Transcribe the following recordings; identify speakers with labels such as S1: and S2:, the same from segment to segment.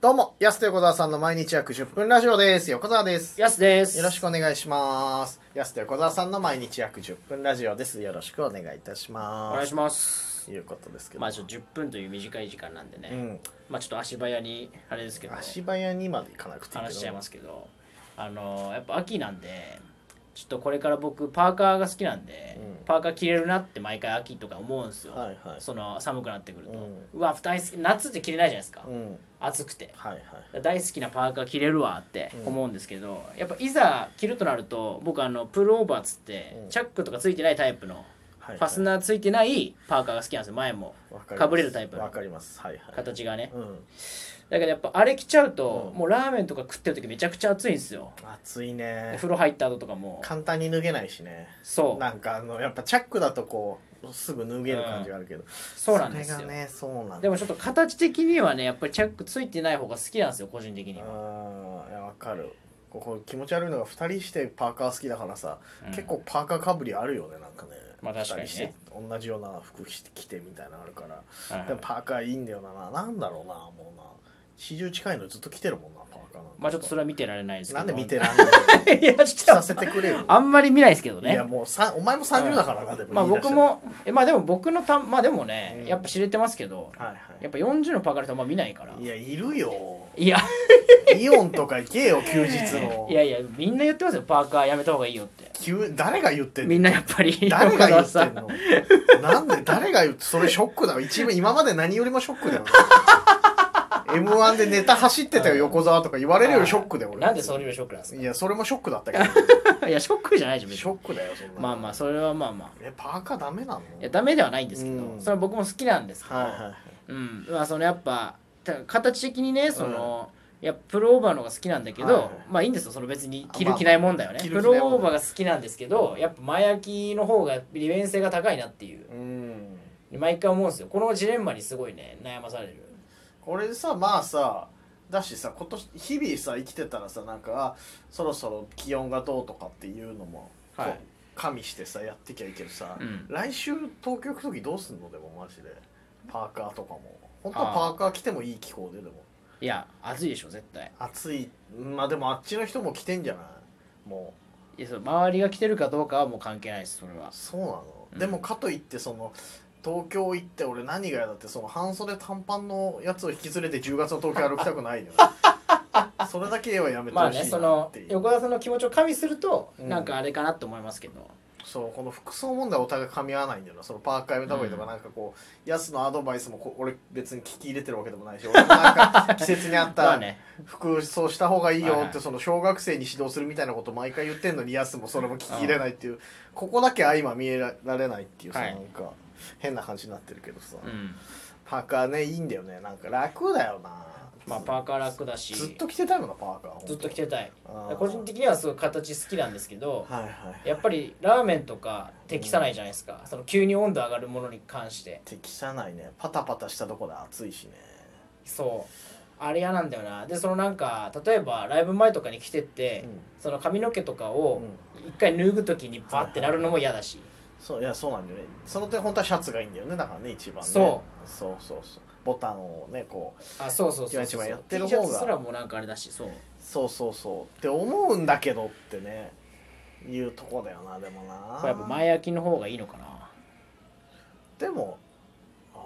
S1: どうも、やすと横澤さんの毎日約10分ラジオです。横澤です。よ
S2: やすです。
S1: ろしくお願いします。やすと横澤さんの毎日約10分ラジオです。よろしくお願いいたし
S2: お
S1: ます。
S2: 願いします。
S1: ということですけど。
S2: まあちょっと10分という短い時間なんでね、
S1: うん。
S2: まあちょっと足早にあれですけど、
S1: 足早にまで行かなくていいけど。
S2: 話しちゃいますけど、あのやっぱ秋なんで、ちょっとこれから僕パーカーが好きなんで、
S1: うん
S2: パーカー着れるなって毎回秋とか思うんですよ。
S1: はいはい
S2: その寒くなってくると、
S1: う
S2: うんわ大好き夏って着れないじゃないですか。
S1: うん。
S2: 暑くて。
S1: はいはい。
S2: 大好きなパーカー着れるわって思うんですけど、やっぱいざ着るとなると僕あのプルオーバーっつって、
S1: うん
S2: チャックとかついてないタイプの
S1: はいはい
S2: ファスナーついてないパーカーが好きなんですよ前も
S1: わかります
S2: かぶれるタイプ
S1: わ
S2: の
S1: かります。はいはい。
S2: 形がね
S1: うん。
S2: だけどやっぱあれ着ちゃうと、
S1: うん
S2: もうラーメンとか食ってる時めちゃくちゃ暑いんですよ
S1: 暑い
S2: お
S1: ね。
S2: 風呂入った後とかも
S1: 簡単に脱げないしね。
S2: そう
S1: なんかあの、やっぱチャックだとこう、すぐ脱げる感じがあるけど。
S2: そうなんですよ
S1: それがね、そうなんだ
S2: でもちょっと形的にはねやっぱりチャックついてない方が好きなんですよ個人的には
S1: あーいやわかるここ気持ち悪いのが2人してパーカー好きだからさ、
S2: うん
S1: 結構パーカーかぶりあるよねなんかね,、
S2: まあ確かにね
S1: 2人して同じような服着て着てみたいなのあるから、
S2: はいはい
S1: でもパーカーいいんだよななんだろうなもうな四十近いのずっと着てるもんなパーカーなんか
S2: まあちょっとそれは見てられないですけ
S1: な
S2: ど
S1: んで見て
S2: ら
S1: らんの
S2: いや
S1: 着
S2: ちょ
S1: さ
S2: っ
S1: せ
S2: と
S1: てくれよ、
S2: あんまり見ないですけど
S1: い
S2: ね
S1: やもうさお前も30だからな、でも
S2: まあ
S1: 言い出した
S2: 僕
S1: ら
S2: もえまあでも僕のたまあでもね、
S1: うん
S2: やっぱ知れてますけど、
S1: はいは
S2: やっぱ40のパーカーの人あんま見ないから
S1: いいやいるよ
S2: いや
S1: イオンとか行けよ休日の
S2: いやいやみんな言ってますよパーカーやめた方がいいよって
S1: 急誰が言ってんの
S2: みんなやっぱり
S1: 誰が言ってん
S2: さ
S1: のなんで誰が言ってそれショックだよ一番今まで何よりもショック だよ m 1でネタ走ってたよ
S2: うん
S1: 横澤とか言われるよりショックだよ俺
S2: なんでそれよりショックなんです
S1: いやそれもショックだ ったけ
S2: かいやショックじゃないでしょ
S1: ど
S2: 別
S1: シ
S2: に
S1: ョックだよそんな
S2: まあまあそれはまあまあ
S1: えパーカーダメなの
S2: いやダメではないんですけど、
S1: うん
S2: それは僕も好きなんですけど、
S1: はいはいはい
S2: うんまあそのやっぱた形的にねその、いやプルオーバーの方が好きなんだけど、
S1: はいはい
S2: まあいいんですよその別に
S1: まあ
S2: 着る
S1: まあ
S2: 着ない問題はね、
S1: 着る
S2: プ
S1: 着ない問題
S2: ルオーバーが好きなんですけどやっぱ前焼きの方が利便性が高いなっていう
S1: うん
S2: 毎回思うんですよこのジレンマにすごいね悩まされる
S1: これさまあさだしさ今年日々さ生きてたらさなんかあそろそろ気温がどうとかっていうのも、
S2: はい
S1: こう加味してさやってきゃいいけどさ、
S2: うん
S1: 来週東京行く時どうすんのでもマジでパーカーとかも本当
S2: あー
S1: パーカー着てもいい気候ででも
S2: いや暑いでしょ絶対
S1: 暑いまあでもあっちの人も着てんじゃないも
S2: いやその周りが来てるかどうかはもう関係ないですそれ
S1: う
S2: は
S1: そうなの、
S2: うん
S1: でもかといってその東京行って俺何が嫌だってその半袖短パンのやつを引き連れて10月の東京歩きたくない よねそれだけはやめて
S2: まあ
S1: ほしい
S2: ね
S1: な
S2: その
S1: っていう、
S2: 横田さんの気持ちを加味すると、
S1: うん
S2: なんかあれかなと思いますけど
S1: そうこの服装問題はお互い噛み合わないんだよなそのパーカーやめた方がいいとか、
S2: うん
S1: なんかこうヤスのアドバイスもこ俺別に聞き入れてるわけでもないし俺もなんか季節に合っ
S2: ま
S1: た
S2: あね
S1: 服装した方がいい
S2: はい
S1: よ
S2: は
S1: って
S2: い
S1: その小学生に指導するみたいなこと毎回言ってんのにヤスもそれも聞き入れないっていうここだけ相ま見えられないっていうさ、
S2: はい
S1: なんか変な感じになってるけどさ、
S2: うん
S1: パーカーねいいんだよねなんか楽だよな
S2: まあパーカー楽だし
S1: ずっと着てたいもんなパーカー本当
S2: ずっと着てたい
S1: あー
S2: 個人的にはすごい形好きなんですけど
S1: はいはい
S2: やっぱりラーメンとか適さないじゃないですか、その急に温度上がるものに関して
S1: 適さないねパタパタしたとこで暑いしね
S2: そうあれ嫌なんだよなでそのなんか例えばライブ前とかに来てって、
S1: うん
S2: その髪の毛とかを一回脱ぐ時にバッてなるのも嫌だし、
S1: そういやそうなんだよねその点本当はシャツがいいんだよねだからね一番ね
S2: そう
S1: そうそうそうボタンをねこう
S2: あそうそうそう
S1: 一
S2: そ
S1: 番一番
S2: う
S1: やってる
S2: T シャ
S1: 方
S2: ツ
S1: が
S2: すらもなんかあれだしそう
S1: そうそうそうって思うんだけどってねいうとこだよなでもな
S2: これやっぱ前焼きの方がいいのかな
S1: でもあ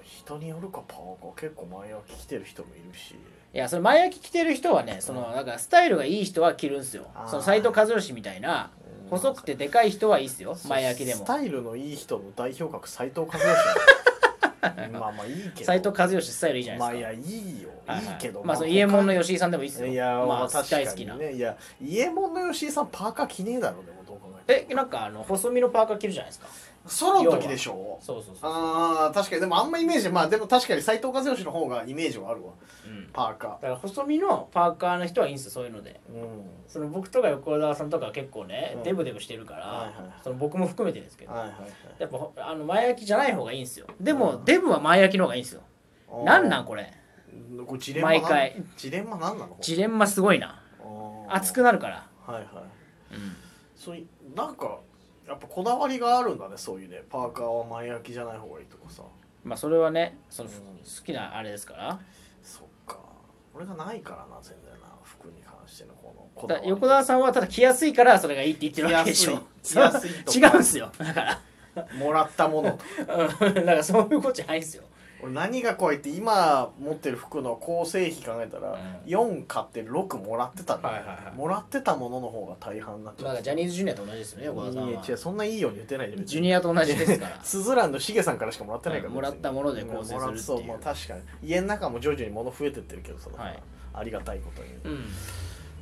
S1: ー人によるかパーカー結構前は来てる人もいるし
S2: いやそれ前焼き着てる人はねそのなんかスタイルがいい人は着るんすよ
S1: あー
S2: その斎藤和義みたいな
S1: うん
S2: 細くてでかい人はいいっすよ前焼きで
S1: ス
S2: も
S1: タイルのいい人の代表格斎藤和 義だよまあまあいいけど
S2: 斎藤和義スタイルいいじゃ
S1: ま
S2: な
S1: あ
S2: い
S1: い
S2: です
S1: や
S2: か
S1: いいよ、
S2: はい
S1: い、
S2: はい
S1: けど
S2: まあそ
S1: まあ
S2: の伊右衛門の
S1: 他
S2: 吉井さんでもいいっすよ
S1: いや
S2: ま
S1: ま
S2: あ
S1: あ確
S2: 大好
S1: か
S2: き
S1: に
S2: な
S1: ねいや伊右衛門の吉井さんパーカー着ねえだろでもどう考えても
S2: えなんかあの細身のパーカー着るじゃないですか
S1: ソロの時でしょ
S2: そうそうそう
S1: ああ確かにでもあんまイメージまあでも確かに斎藤和義の方がイメージはあるわ
S2: うんだ
S1: パーカ
S2: から細身のパーカーの人はいいんすよそういうので
S1: ーうん
S2: その僕とか横澤さんとかは結構ね、
S1: うん
S2: デブデブしてるから、
S1: はいはい
S2: その僕も含めてですけど、
S1: はいはいはい
S2: やっぱほあの前焼きじゃない方がいいんですよでも、
S1: うん
S2: デブは前焼きの方がいいんですよ
S1: あー
S2: なんなんこれ
S1: これジレンマなん
S2: 毎回
S1: ジレンマなんなの
S2: ジレンマすごいな熱く
S1: な
S2: なるから、
S1: はいはいそういなんかやっぱこだわりがあるんだねそういうねパーカーは前焼きじゃない方がいいとかさ
S2: まあそれはねその、
S1: うん
S2: 好きなあれですから
S1: そっか俺がないからな全然な服に関してのこのこだ
S2: だ
S1: わり
S2: 横田さんはただ着やすいからそれがいいって言ってるわけでしょ
S1: 着やすい着やすい
S2: 違
S1: と
S2: う
S1: か
S2: んですよだから
S1: もらったものと
S2: うんだからそういうことじゃないんですよ
S1: 俺何が怖いって今持ってる服の構成費考えたら、
S2: うん
S1: 4買って6もらってたの、
S3: はいはいはい
S1: もらってたものの方が大半になっち
S2: ま
S1: ゃ
S2: あ
S1: う、
S2: ジャニーズジュニアと同じですよね横田さん
S1: い
S2: は
S1: や違うそんないいように言ってないで
S2: ジュニアと同じですから
S1: スズランのシゲさんからしかもらってないから、
S2: うんもらったもので構成するっていうん
S1: もらそうもう確かに家の中も徐々に物増えてってるけどさ、
S2: はい
S1: ありがたいことに、
S2: うん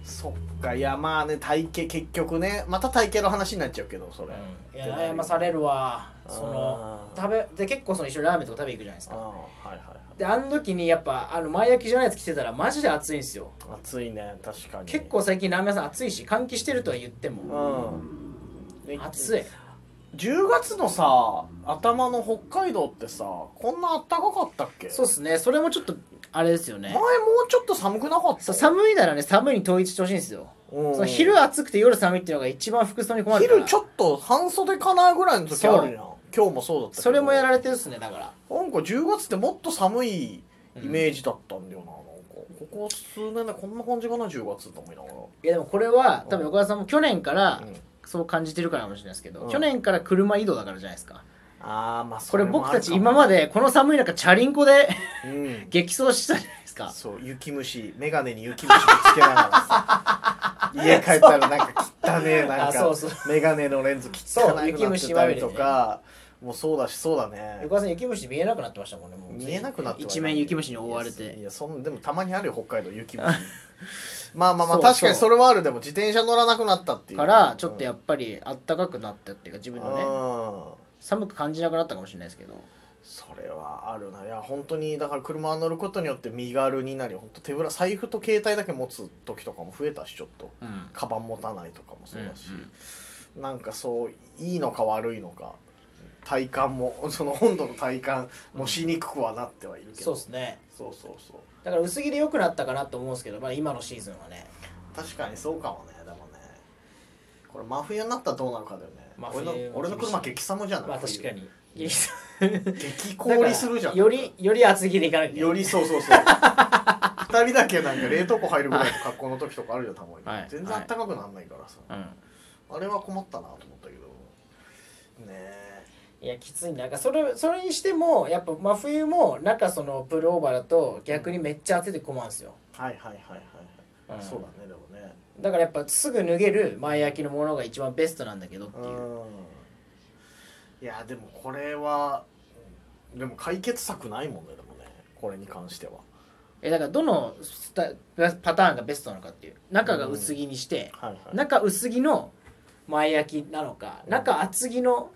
S1: そっかいやまあね体型結局ねまた体型の話になっちゃうけどそれ、
S2: いや悩まされるわ
S1: あー
S2: その食べで結構その一緒にラーメンとか食べに行くじゃないです
S1: ああ
S2: か
S1: はいはいはい
S2: であの時にやっぱあの前焼きじゃないやつ着てたらマジで暑いんですよ
S1: 暑いね確かに
S2: 結構最近ラーメン屋さん暑いし換気してるとは言っても
S1: うんね
S2: 暑い
S1: 10月のさ頭の北海道ってさこんなあったかかったっけ
S2: そうっすねそれもちょっとあれですよね
S1: 前もうちょっと寒くなかっ
S2: そ
S1: た
S2: う寒いならね寒いに統一してほしいんですよ
S1: うん
S2: その昼暑くて夜寒いっていうのが一番服装に困るから
S1: 昼ちょっと半袖かなぐらいの時あるじゃん今日もそうだったけど
S2: それもやられてるっすねだから
S1: なんか10月ってもっと寒いイメージだったんだよな,、なんかここ数年でこんな感じかな10月と思いながら
S2: いやでもこれは多分横田さんも去年から
S1: うん
S2: そう感じてるからかもしれないですけど、
S1: うん
S2: 去年から車移動だからじゃないですか
S1: あーまあ
S2: こ
S1: そ
S2: れ
S1: も
S2: 僕
S1: ある
S2: た
S1: か
S2: ち
S1: も
S2: 今までこの寒い中チャリンコで
S1: う ん
S2: 激走したじゃないですか
S1: そう雪虫眼鏡に雪虫ぶつけながら さ家帰ったらなんか汚ねえなん
S2: あそう
S1: か
S2: そう
S1: 眼鏡のレンズ汚くな
S2: そう雪
S1: って
S2: 虫
S1: た
S2: ま
S1: り
S2: みれ
S1: とかもうそうだしそうだね
S2: 横田さん雪虫見えなくなってましたもんねもう
S1: 見えなくなってはいない
S2: 一面雪虫に覆われ
S1: いやい
S2: て
S1: やそんでもたまにあるよ北海道 雪虫まあまあまあ
S2: そう
S1: 確かにそれはあるでも自転車乗らなくなったっていう
S2: からちょっとやっぱりあったかくなったっていうか自分のね
S1: うん
S2: 寒く感じなくなったかもしれないですけど
S1: それはあるないや本当にだから車乗ることによって身軽になり本当手ぶら財布と携帯だけ持つ時とかも増えたしちょっと
S2: うん
S1: カバン持たないとかもそうだし、
S2: うん
S1: なんかそういいのか悪いのか体感も その温度の体感もしにくくはなってはいるけど、
S2: そうですね
S1: そうそうそう
S2: だから薄着で良くなったかなと思うんですけど、まあ、今のシーズンはね
S1: 確かにそうかもねでもねこれ真冬になったらどうなるかだよね
S2: 真
S1: 俺
S2: 冬
S1: の俺の車激寒じゃない、
S2: まあ確かに
S1: 冬激氷するじゃん
S2: よりより厚着でいかなきゃいけない
S1: よりそうそうそう 二人だけなんか冷凍庫入るぐらいの格好の時とかあるよたまに、
S2: はい
S1: 全然あったかくなんないからさ、
S2: うん
S1: あれは困ったなと思ったけどねえ
S2: いやきついなんかそれそれにしてもやっぱ真冬も中そのプルオーバーだと逆にめっちゃ汗で困るんですよ
S1: はいはいはいはい、はい
S2: うん
S1: そうだねでもね
S2: だからやっぱすぐ脱げる前焼きのものが一番ベストなんだけどっていう
S1: うんいやでもこれはでも解決策ないもんねでもねこれに関しては
S2: えだからどのスタパターンがベストなのかっていう中が薄着にして、
S1: はいはい
S2: 中薄着の前焼きなのか中厚着の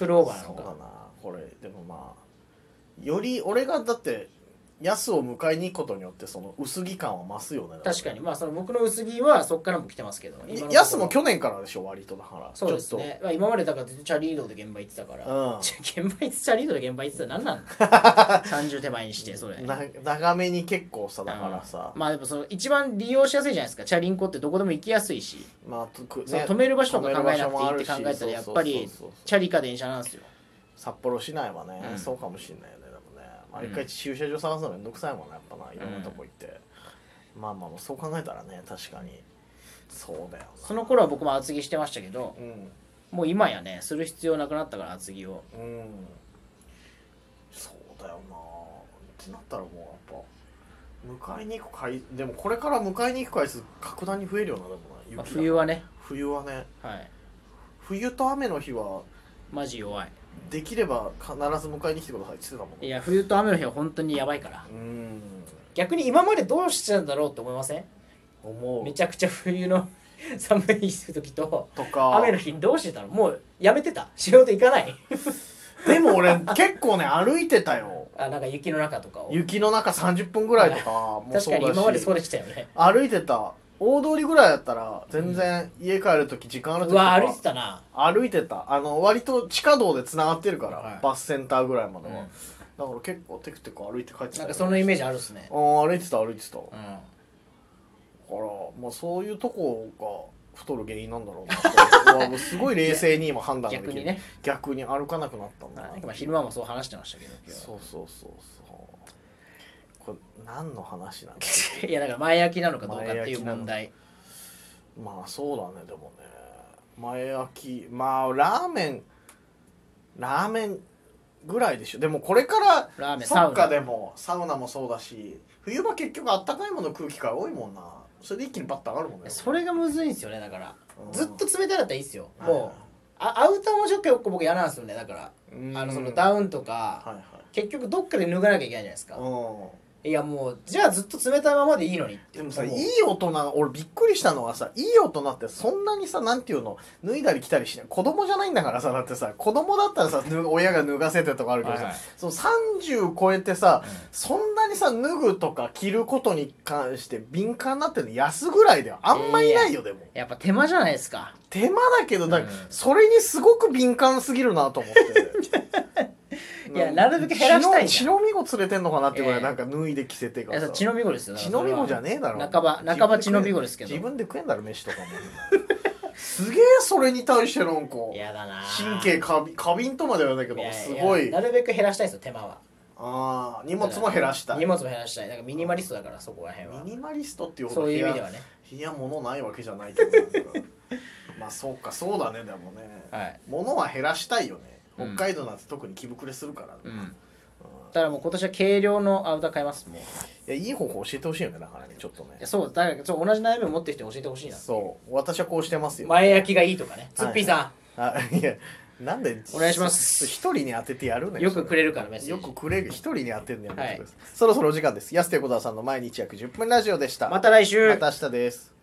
S2: プルオーバーな
S1: そ
S2: の
S1: うだ
S2: か
S1: なこれでもまあより俺がだってヤスを迎えに行くことによってその薄着感は増すよね
S2: 確かにまあその僕の薄着はそっからも来てますけど今のところ
S1: ヤスも去年からでしょ割とだから
S2: そうです
S1: ちょっ
S2: ね、まあ、今までだからずっとチャリードで現場行ってたから、
S1: うん
S2: ちょ現場行ってチャリードで現場行ってたら何なの 30手前にしてそれ
S1: とな長めに結構さだからさ、
S2: うんまあでもその一番利用しやすいじゃないですかチャリンコってどこでも行きやすいし、
S1: まあとく
S2: その
S1: ね
S2: 止める場所とか考えな
S1: 止める場所もあ
S2: く
S1: る
S2: ていいっ
S1: して
S2: 考えたらやっぱり
S1: そうそうそうそう
S2: チャリか電車なんですよ
S1: 札幌市内はね、
S2: うん
S1: そうかもしれないよねでもね毎
S2: う
S1: 回
S2: ん
S1: 駐車場探すのめんどくさいもんねやっぱないろんなとこ行って、まあまあそう考えたらね確かにそうだよな
S2: その頃は僕も厚着してましたけど
S1: うん
S2: もう今やねする必要なくなったから厚着を
S1: うんそうだよなってなったらもうやっぱ迎えに行く回でもこれから迎えに行く回数格段に増えるよなでもな雪が
S2: まあ、冬はね
S1: 冬はね
S2: はい
S1: 冬と雨の日は
S2: マジ弱い
S1: できれば必ず迎えに来てくださいって言ってたもん
S2: いや冬と雨の日は本当にやばいから
S1: うん
S2: 逆に今までどうしてたんだろうって思いません
S1: 思
S2: め
S1: う
S2: ちゃくちゃ冬の 寒い時と
S1: とか
S2: 雨の日どうしてたのもうやめてた仕事行かない
S1: でも俺結構ね歩いてたよ
S2: あなんか雪の中とかを
S1: 雪の中30分ぐらいとかも
S2: 確
S1: そう
S2: か
S1: だし
S2: に今までそうでしたよね
S1: 歩いてた大通りぐらいだったら全然家帰る時時間ある時
S2: う
S1: と
S2: わ
S1: か
S2: 歩いてたな
S1: 歩いてたあの割と地下道でつながってるから、
S2: はい
S1: バスセンターぐらいまでは、
S2: うん
S1: だから結構テクテク歩いて帰ってた
S2: な
S1: よ
S2: んかそのイメージあるっすね
S1: あ。ー歩いてた歩いてた、
S2: う
S1: だか
S2: ん。
S1: らまあそういうとこが太る原因なんだろ うなとうわすごい冷静に今判断ができる
S2: 逆にね
S1: 逆に歩かなくなったんだな
S2: なんかまあ昼間もそう話してましたけど。
S1: そうそうそうそうここれ何の話なんだ
S2: いやだから前焼きなのかどうかっていう問題
S1: まあそう だねでもね前焼きまあラーメンラーメンぐらいでしょでもこれから
S2: ラーメンサ
S1: サ
S2: ウ
S1: ウナ
S2: ナ
S1: でもサウナもそうだし冬場結局あったかいもの空気が多いもんなそれで一気にバッと上がるもんね
S2: それがむずいんですよねだから
S1: うん
S2: ずっと冷たいだったらいいっすよ
S1: はい
S2: もうあアウターも結構僕嫌なんですよねだから
S1: うん
S2: あのその
S1: は
S2: ダウンと
S1: い
S2: か
S1: はい
S2: 結局どっかで脱がなきゃいけないじゃないですか
S1: うん
S2: いやもうじゃあずっと冷たいままでいいのにって
S1: でもさい
S2: 思う
S1: い大人が俺びっくりしたのはさいい大人ってそんなにさなんていうの脱いだり着たりしない子供じゃないんだからさだってさ子供だったらさ脱親が脱がせてとかあるけどさ、
S2: はいはい
S1: その30超えてさ
S2: うん
S1: そんなにさ脱ぐとか着ることに関して敏感になってるの安ぐらいではあんまいないよ、でも
S2: やっぱ手間じゃないですか
S1: 手間だけどだ、
S2: うん
S1: それにすごく敏感すぎるなと思って。
S2: いやなるべく減らしたいんだ
S1: 血の血のみご連れてんのかなってぐら
S2: え
S1: い
S2: え
S1: なんか脱いで着せて
S2: い
S1: が
S2: や
S1: さ
S2: そう血のみごですよだか
S1: 血
S2: ら
S1: のみごじゃ
S2: そ
S1: ねえだろ
S2: 半ば半ば血のみごですけど
S1: 自分で食えんだろ飯とかもすげえそれに対してなんか
S2: れは嫌だな
S1: 神経過敏過敏とまでは言わないけ
S2: い
S1: ど
S2: や
S1: すごい
S2: やなるべく減らしたいですよ手間は
S1: ああ荷物も減らしたい
S2: 荷物も減らしたいなんかミニマリストだからそこら辺は
S1: ミニマリストっていうほど
S2: そういう意味で
S1: は
S2: はね
S1: 冷や物ないわけじゃないけど なんかまあそうかそうだねでもね
S2: はい
S1: 物は減らしたいよね
S2: うん
S1: 北海道なんて特に着膨れするから、
S2: う
S1: うんい
S2: んただもう今年は軽量のアウター買いますもう
S1: やいい方法教えてほしいよねだからねちょっと
S2: い
S1: ね
S2: やそうだからそう同じ悩みを持ってる人に教えてほしいな
S1: そう私はこうしてますよ
S2: 前焼きがいいとかねツッピーさ
S1: あいやなんで
S2: お願いします
S1: 一人に当ててやる
S2: ん、
S1: ね
S2: よくく
S1: れ
S2: れるからメッセージ
S1: よくくれる一人に当てるのやめてください、
S2: はい
S1: そろそろお時間です安手小沢さんの毎日約10分ラジオでした
S2: また来週
S1: また明日です